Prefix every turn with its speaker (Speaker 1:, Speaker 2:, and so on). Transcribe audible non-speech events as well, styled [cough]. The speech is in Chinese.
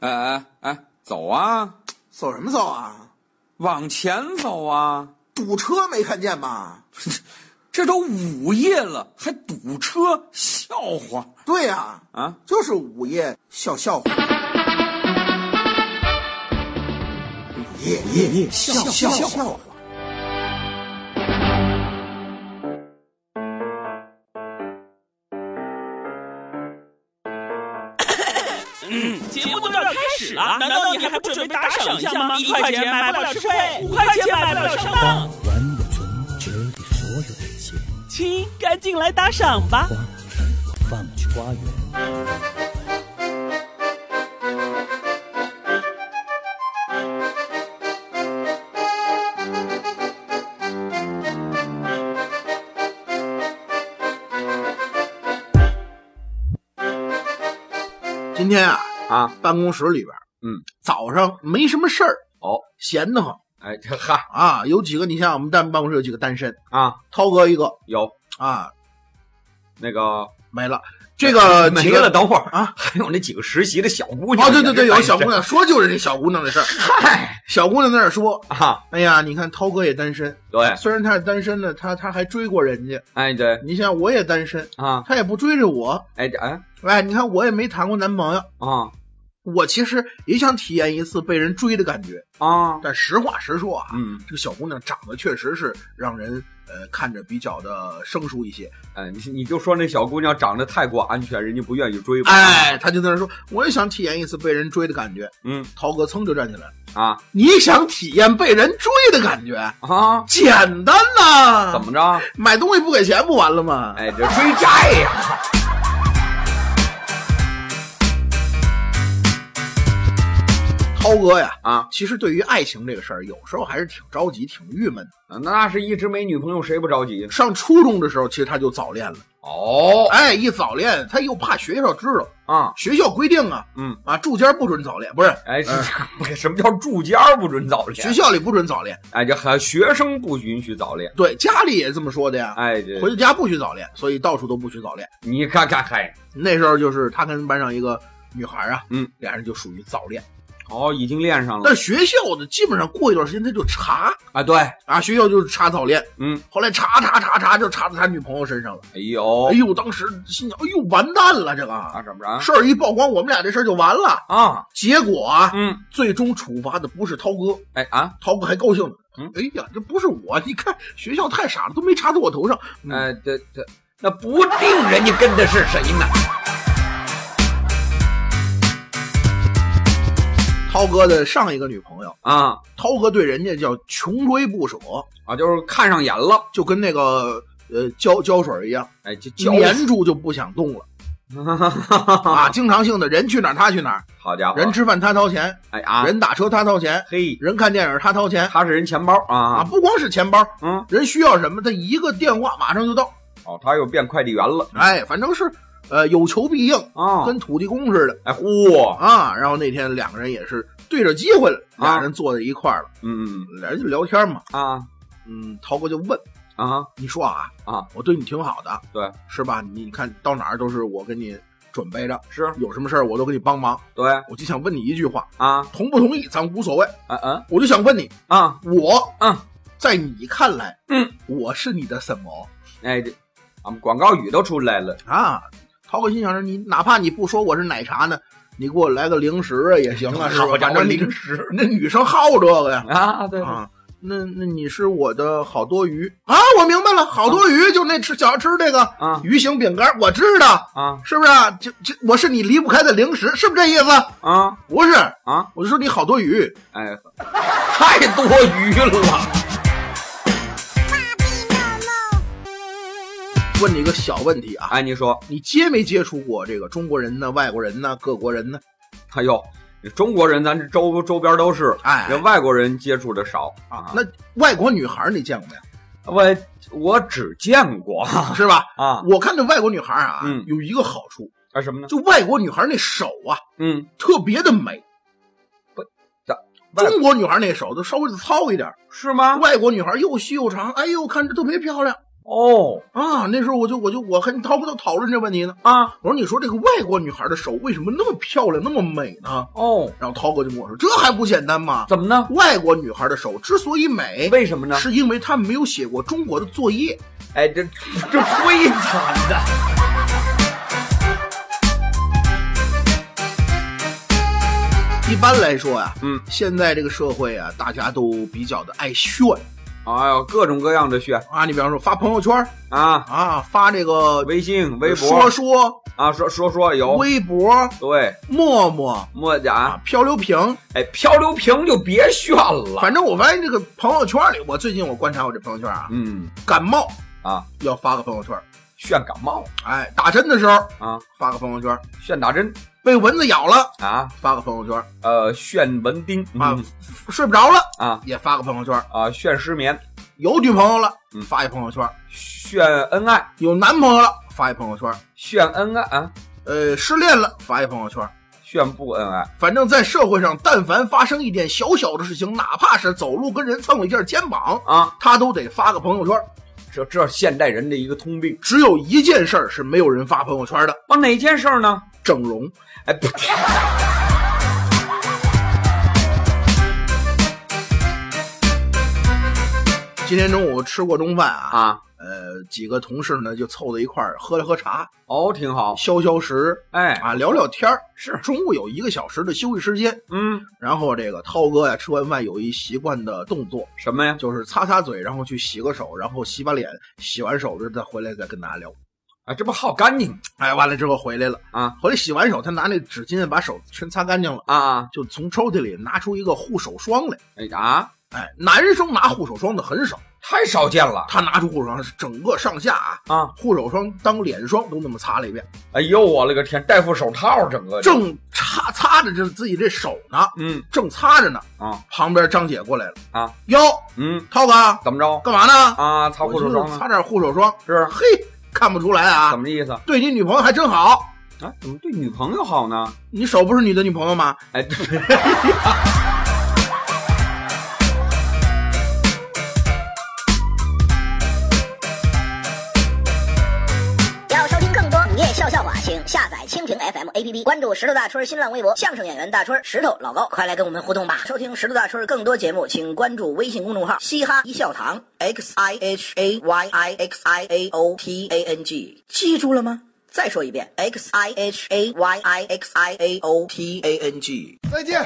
Speaker 1: 哎哎哎，走啊，
Speaker 2: 走什么走啊？
Speaker 1: 往前走啊！
Speaker 2: 堵车没看见吧？
Speaker 1: 这都午夜了还堵车，笑话
Speaker 2: 对呀、
Speaker 1: 啊！
Speaker 2: 就是午夜笑笑话。夜夜夜笑笑笑话。
Speaker 3: 节目都要开始了，难道你还不准备打赏一下吗？一块钱买不了吃亏，五块钱买不了上当。
Speaker 4: 完我存折里所有的钱，
Speaker 3: 亲，赶紧来打赏吧！
Speaker 4: 花钱我放去花园。
Speaker 2: 今天啊，
Speaker 1: 啊！
Speaker 2: 办公室里边，
Speaker 1: 嗯，
Speaker 2: 早上没什么事儿，
Speaker 1: 哦，
Speaker 2: 闲得慌
Speaker 1: 哎，这哈
Speaker 2: 啊。有几个，你像我们办办公室有几个单身，
Speaker 1: 啊，
Speaker 2: 涛哥一个
Speaker 1: 有
Speaker 2: 啊，
Speaker 1: 那个
Speaker 2: 没了。这 [laughs] 个
Speaker 1: 没
Speaker 2: 几个
Speaker 1: 了，等会儿
Speaker 2: 啊，
Speaker 1: 还有那几个实习的小姑娘。
Speaker 2: 哦，对对对，有
Speaker 1: 也
Speaker 2: 个
Speaker 1: 是
Speaker 2: 小姑娘说就是这小姑娘的事儿。嗨，小姑娘在那儿说，
Speaker 1: 啊，
Speaker 2: 哎呀，你看涛哥也单身，
Speaker 1: 对，
Speaker 2: 虽然他是单身呢，他他还追过人家。
Speaker 1: 哎对
Speaker 2: 你像我也单身，
Speaker 1: 啊，
Speaker 2: 他也不追着我。
Speaker 1: 哎哎
Speaker 2: 哎，你看我也没谈过男朋友，
Speaker 1: 啊
Speaker 2: 我其实也想体验一次被人追的感觉。
Speaker 1: 啊，
Speaker 2: 但实话实说啊，
Speaker 1: 嗯，
Speaker 2: 这个小姑娘长得确实是让人呃看着比较的生疏一些。
Speaker 1: 哎，你你就说那小姑娘长得太过安全，人家不愿意追吧？
Speaker 2: 哎，，她就在那说，我也想体验一次被人追的感觉。
Speaker 1: 嗯
Speaker 2: 涛哥噌就站起来了，
Speaker 1: 啊
Speaker 2: 你想体验被人追的感觉？
Speaker 1: 啊，
Speaker 2: 简单呐、
Speaker 1: 怎么着？
Speaker 2: 买东西不给钱不完了吗？
Speaker 1: 哎，这追债呀！
Speaker 2: 涛哥呀，
Speaker 1: 啊，
Speaker 2: 其实对于爱情这个事儿，有时候还是挺着急、挺郁闷的。
Speaker 1: 那是一直没女朋友，谁不着急？
Speaker 2: 上初中的时候，其实他就早恋了。
Speaker 1: 哦
Speaker 2: 哎，一早恋，他又怕学校知道，
Speaker 1: 啊，
Speaker 2: 学校规定啊，
Speaker 1: 嗯
Speaker 2: 啊，住家不准早恋，不是
Speaker 1: 哎，什么叫住家不准早恋
Speaker 2: 学？校里不准早恋，
Speaker 1: 哎，这还学生不允许早恋。
Speaker 2: 对，家里也这么说的呀。
Speaker 1: 哎，这
Speaker 2: 回家不许早恋，所以到处都不许早恋。
Speaker 1: 你看看，嗨，
Speaker 2: 那时候就是他跟班上一个女孩啊，
Speaker 1: 嗯，
Speaker 2: 俩人就属于早恋。
Speaker 1: 哦，已经恋上了。
Speaker 2: 但学校的基本上过一段时间他就查
Speaker 1: 啊，对，
Speaker 2: 啊，学校就查早恋，
Speaker 1: 嗯，
Speaker 2: 后来查查查查就查到他女朋友身上了。
Speaker 1: 哎呦
Speaker 2: 哎，呦，当时心想，哎呦，完蛋了，这个
Speaker 1: 啊，怎么着？
Speaker 2: 事儿一曝光，我们俩这事儿就完了。
Speaker 1: 啊，
Speaker 2: 结果啊，
Speaker 1: 嗯，
Speaker 2: 最终处罚的不是涛哥，
Speaker 1: 哎啊，
Speaker 2: 涛哥还高兴呢。
Speaker 1: 嗯
Speaker 2: 哎呀，这不是我，你看学校太傻了，都没查到我头上。嗯
Speaker 1: 哎，这这，那不定人家跟的是谁呢？
Speaker 2: 涛哥的上一个女朋友，
Speaker 1: 啊
Speaker 2: 涛哥对人家叫穷追不舍，
Speaker 1: 啊，就是看上眼了。
Speaker 2: 就跟那个呃胶胶水一样，
Speaker 1: 哎，这叫
Speaker 2: 粘住就不想动了
Speaker 1: [laughs]
Speaker 2: 啊！经常性的人去哪儿他去哪儿，
Speaker 1: 好家伙，
Speaker 2: 人吃饭他掏钱，
Speaker 1: 哎啊，
Speaker 2: 人打车他掏钱，
Speaker 1: 嘿，
Speaker 2: 人看电影他掏钱
Speaker 1: 他是人钱包
Speaker 2: 啊！
Speaker 1: 啊，
Speaker 2: 不光是钱包，
Speaker 1: 嗯，
Speaker 2: 人需要什么，他一个电话马上就到。
Speaker 1: 哦，他又变快递员了
Speaker 2: 哎，反正是呃有求必应，
Speaker 1: 啊。
Speaker 2: 跟土地公似的
Speaker 1: 哎，嚯，
Speaker 2: 啊。然后那天两个人也是对着机会了，
Speaker 1: 啊
Speaker 2: 俩人坐在一块儿了，
Speaker 1: 嗯
Speaker 2: 俩人就聊天嘛。
Speaker 1: 啊
Speaker 2: 嗯，涛哥就问
Speaker 1: 啊，
Speaker 2: 你说啊
Speaker 1: 啊，
Speaker 2: 我对你挺好的，
Speaker 1: 对，
Speaker 2: 是吧？你看到哪儿都是我给你准备着，
Speaker 1: 是
Speaker 2: 有什么事儿我都给你帮忙。
Speaker 1: 对
Speaker 2: 我就想问你一句话，
Speaker 1: 啊，
Speaker 2: 同不同意咱无所谓，
Speaker 1: 啊啊
Speaker 2: 我就想问你，
Speaker 1: 啊，
Speaker 2: 我
Speaker 1: 嗯，
Speaker 2: 在你看来，
Speaker 1: 嗯，
Speaker 2: 我是你的什么
Speaker 1: 哎，这俺们广告语都出来了，
Speaker 2: 啊？涛哥心想着，你哪怕你不说我是奶茶呢，你给我来个零食啊也行啊，是吧？
Speaker 1: [laughs] 好家
Speaker 2: 反
Speaker 1: 伙，
Speaker 2: 正你
Speaker 1: 零食
Speaker 2: 那女生好这
Speaker 1: [laughs]
Speaker 2: 个呀
Speaker 1: 啊，对，
Speaker 2: 啊。那那你是我的好多余啊！我明白了，好多余就那吃小吃这个
Speaker 1: 啊
Speaker 2: 鱼形饼干，我知道
Speaker 1: 啊
Speaker 2: 是不是啊？这这我是你离不开的零食，是不是这意思？
Speaker 1: 啊
Speaker 2: 不是，
Speaker 1: 啊，
Speaker 2: 我就说你好多余，
Speaker 1: 哎， [laughs] 太多余了，
Speaker 2: 问你一个小问题啊，
Speaker 1: 哎，你说，
Speaker 2: 你接没接触过这个中国人呢、外国人呢、各国人呢？
Speaker 1: 哎呦，中国人咱这周周边都是，
Speaker 2: 哎
Speaker 1: 人外国人接触的少啊
Speaker 2: 那外国女孩儿你见过没有？
Speaker 1: 我我只见过
Speaker 2: 是吧？
Speaker 1: 啊，
Speaker 2: 我看这外国女孩儿啊，
Speaker 1: 嗯
Speaker 2: 有一个好处，
Speaker 1: 啊什么呢？
Speaker 2: 就外国女孩儿那手啊，
Speaker 1: 嗯，
Speaker 2: 特别的美。
Speaker 1: 外啊
Speaker 2: 中国女孩儿那手都稍微的糙一点儿，
Speaker 1: 是吗？
Speaker 2: 外国女孩儿又细又长，哎呦，看着特别漂亮。
Speaker 5: 哦
Speaker 2: 啊，那时候我就我就我跟涛哥就讨论这问题呢。
Speaker 5: 啊
Speaker 2: 我说你说这个外国女孩的手为什么那么漂亮那么美呢？
Speaker 5: 哦，
Speaker 2: 然后涛哥就跟我说，这还不简单吗？
Speaker 5: 怎么呢？
Speaker 2: 外国女孩的手之所以美，
Speaker 5: 为什么呢？
Speaker 2: 是因为她们没有写过中国的作业。
Speaker 5: 哎，这这摧残的。
Speaker 2: 一般来说呀、
Speaker 5: 嗯，
Speaker 2: 现在这个社会啊，大家都比较的爱炫
Speaker 5: 哎呦，各种各样的炫
Speaker 2: 啊。你比方说发朋友圈
Speaker 5: 啊，
Speaker 2: 啊，发这个
Speaker 5: 微信、微
Speaker 2: 说
Speaker 5: 博
Speaker 2: 说、
Speaker 5: 啊，说说说有，
Speaker 2: 微博、
Speaker 5: 对，
Speaker 2: 陌陌
Speaker 5: 墨
Speaker 2: 啊
Speaker 5: 家，、
Speaker 2: 漂流瓶。
Speaker 5: 哎，漂流瓶就别炫了。
Speaker 2: 反正我发现这个朋友圈里，我最近我观察我这朋友圈啊，
Speaker 5: 嗯
Speaker 2: 感冒
Speaker 5: 啊，
Speaker 2: 要发个朋友圈，
Speaker 5: 炫感冒
Speaker 2: 哎，打针的时候
Speaker 5: 啊，
Speaker 2: 发个朋友圈，
Speaker 5: 炫打针
Speaker 2: 被蚊子咬了
Speaker 5: 啊，
Speaker 2: 发个朋友圈，
Speaker 5: 呃，炫蚊叮
Speaker 2: 啊
Speaker 5: 嗯，
Speaker 2: 睡不着了
Speaker 5: 啊
Speaker 2: 也发个朋友圈，
Speaker 5: 啊，炫失眠，
Speaker 2: 有女朋友了
Speaker 5: 嗯
Speaker 2: 发一朋友圈，
Speaker 5: 炫恩爱，
Speaker 2: 有男朋友了发一朋友圈，
Speaker 5: 炫恩爱啊，
Speaker 2: 呃，失恋了发一朋友圈。
Speaker 5: 炫不恩爱。
Speaker 2: 反正，在社会上，但凡发生一点小小的事情，哪怕是走路跟人蹭一下肩膀，
Speaker 5: 啊，
Speaker 2: 他都得发个朋友圈。
Speaker 5: 这这是现代人的一个通病。
Speaker 2: 只有一件事儿是没有人发朋友圈的，
Speaker 5: 哦，哪件事儿呢？
Speaker 2: 整容。
Speaker 5: 哎，不，
Speaker 2: 今天中午吃过中饭啊，
Speaker 5: 啊，
Speaker 2: 呃，几个同事呢就凑到一块儿喝了喝茶，
Speaker 5: 哦，挺好。
Speaker 2: 消消食
Speaker 5: 哎，
Speaker 2: 啊，聊聊天儿。
Speaker 5: 是，
Speaker 2: 中午有一个小时的休息时间，
Speaker 5: 嗯，
Speaker 2: 然后这个涛哥呀、吃完饭有一习惯的动作，
Speaker 5: 什么呀？
Speaker 2: 就是擦擦嘴，然后去洗个手，然后洗把脸，洗完手之后再回来再跟大家聊。
Speaker 5: 啊，这不好干净
Speaker 2: 哎，完了之后回来了
Speaker 5: 啊，
Speaker 2: 回来洗完手，他拿那纸巾把手全擦干净了，
Speaker 5: 啊？
Speaker 2: 就从抽屉里拿出一个护手霜来。
Speaker 5: 哎啊，
Speaker 2: 哎，男生拿护手霜的很少，
Speaker 5: 太少见了
Speaker 2: 他拿出护手霜，整个上下啊，
Speaker 5: 啊！
Speaker 2: 护手霜当脸霜都那么擦了一遍，
Speaker 5: 哎呦，我勒个天，戴副手套，整个就
Speaker 2: 正擦擦着这自己这手呢，
Speaker 5: 嗯
Speaker 2: 正擦着呢
Speaker 5: 啊！
Speaker 2: 旁边张姐过来了
Speaker 5: 啊，
Speaker 2: 哟，
Speaker 5: 嗯，
Speaker 2: 涛哥
Speaker 5: 怎么着
Speaker 2: 干嘛呢？
Speaker 5: 啊？擦
Speaker 2: 我
Speaker 5: 护手霜
Speaker 2: 就是
Speaker 5: 啊？
Speaker 2: 擦点护手霜，
Speaker 5: 是
Speaker 2: 嘿，看不出来啊
Speaker 5: 怎，么意思啊？
Speaker 2: 对你女朋友还真好，
Speaker 5: 怎么对女朋友好呢？
Speaker 2: 你手不是你的女朋友吗？
Speaker 5: 哎，对，
Speaker 6: 要收听更多午夜笑笑话，请下载蜻蜓 FM APP，关注石头大春新浪微博，相声演员大春、石头老高，快来跟我们互动吧！收听石头大春更多节目，请关注微信公众号“嘻哈一笑堂 ”x i h a y i x i a o t a n g，记住了吗？再说一遍，x i h a y i x i a o t a n g。
Speaker 2: 再见。